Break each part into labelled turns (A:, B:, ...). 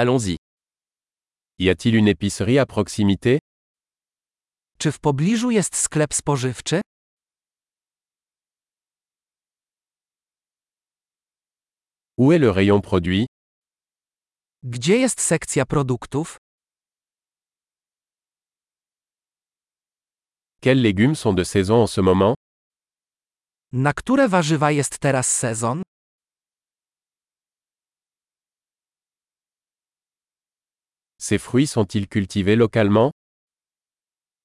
A: Allons-y. Y a-t-il une épicerie à proximité
B: Czy w pobliżu jest sklep spożywczy?
A: Où est le rayon produit
B: Gdzie jest sekcja produktów?
A: Quels légumes sont de saison en ce moment
B: Na które warzywa jest teraz sezon?
A: Ces fruits sont-ils cultivés localement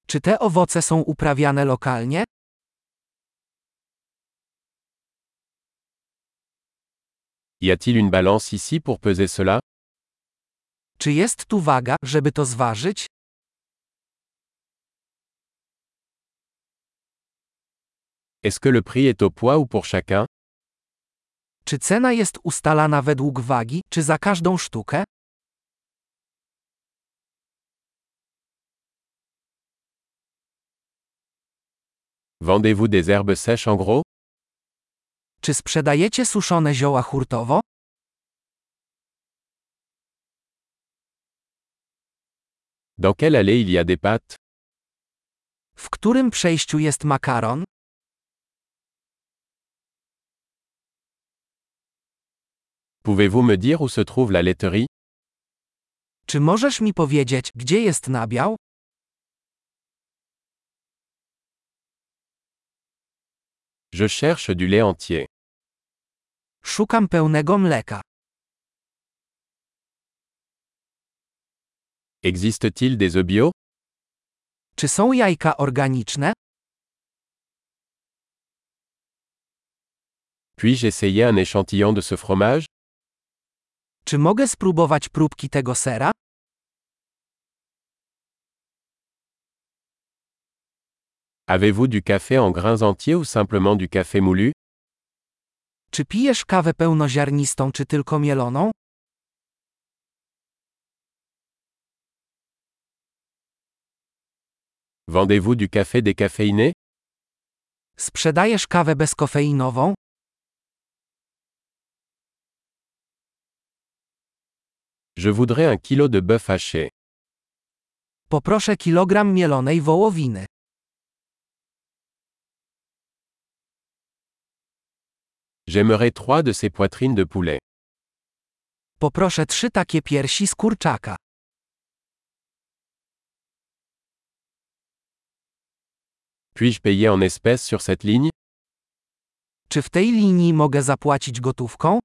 B: Czy te owoce są uprawiane lokalnie?
A: Y a-t-il une balance ici pour peser cela
B: Czy jest tu waga, żeby to zważyć?
A: Est-ce que le prix est au poids ou pour chacun
B: Czy cena jest ustalana według wagi, czy za każdą sztukę?
A: Vendez-vous des herbes sèches en gros
B: Czy sprzedajecie suszone zioła hurtowo?
A: Dans quelle allée il y a des pâtes
B: W którym przejściu jest makaron?
A: Pouvez-vous me dire où se trouve la laiterie
B: Czy możesz mi powiedzieć, gdzie jest nabiał?
A: Je cherche du lait entier.
B: Szukam pełnego mleka.
A: Existe-t-il des œufs bio
B: Czy są jajka organiczne?
A: Puis-je essayer un échantillon de ce fromage
B: Czy mogę spróbować próbki tego sera?
A: Avez-vous du café en grains entiers ou simplement du café moulu
B: Czy pijesz kawę pełnoziarnistą czy tylko mieloną?
A: Vendez-vous du café décaféiné
B: Sprzedajesz kawę bezkofeinową?
A: Je voudrais un kilo de bœuf haché.
B: Poproszę kilogram mielonej wołowiny.
A: J'aimerais trois de ces poitrines de poulet.
B: Poproszę trzy takie piersi z kurczaka.
A: Puis-je payer en espèces sur cette ligne
B: Czy w tej linii mogę zapłacić gotówką?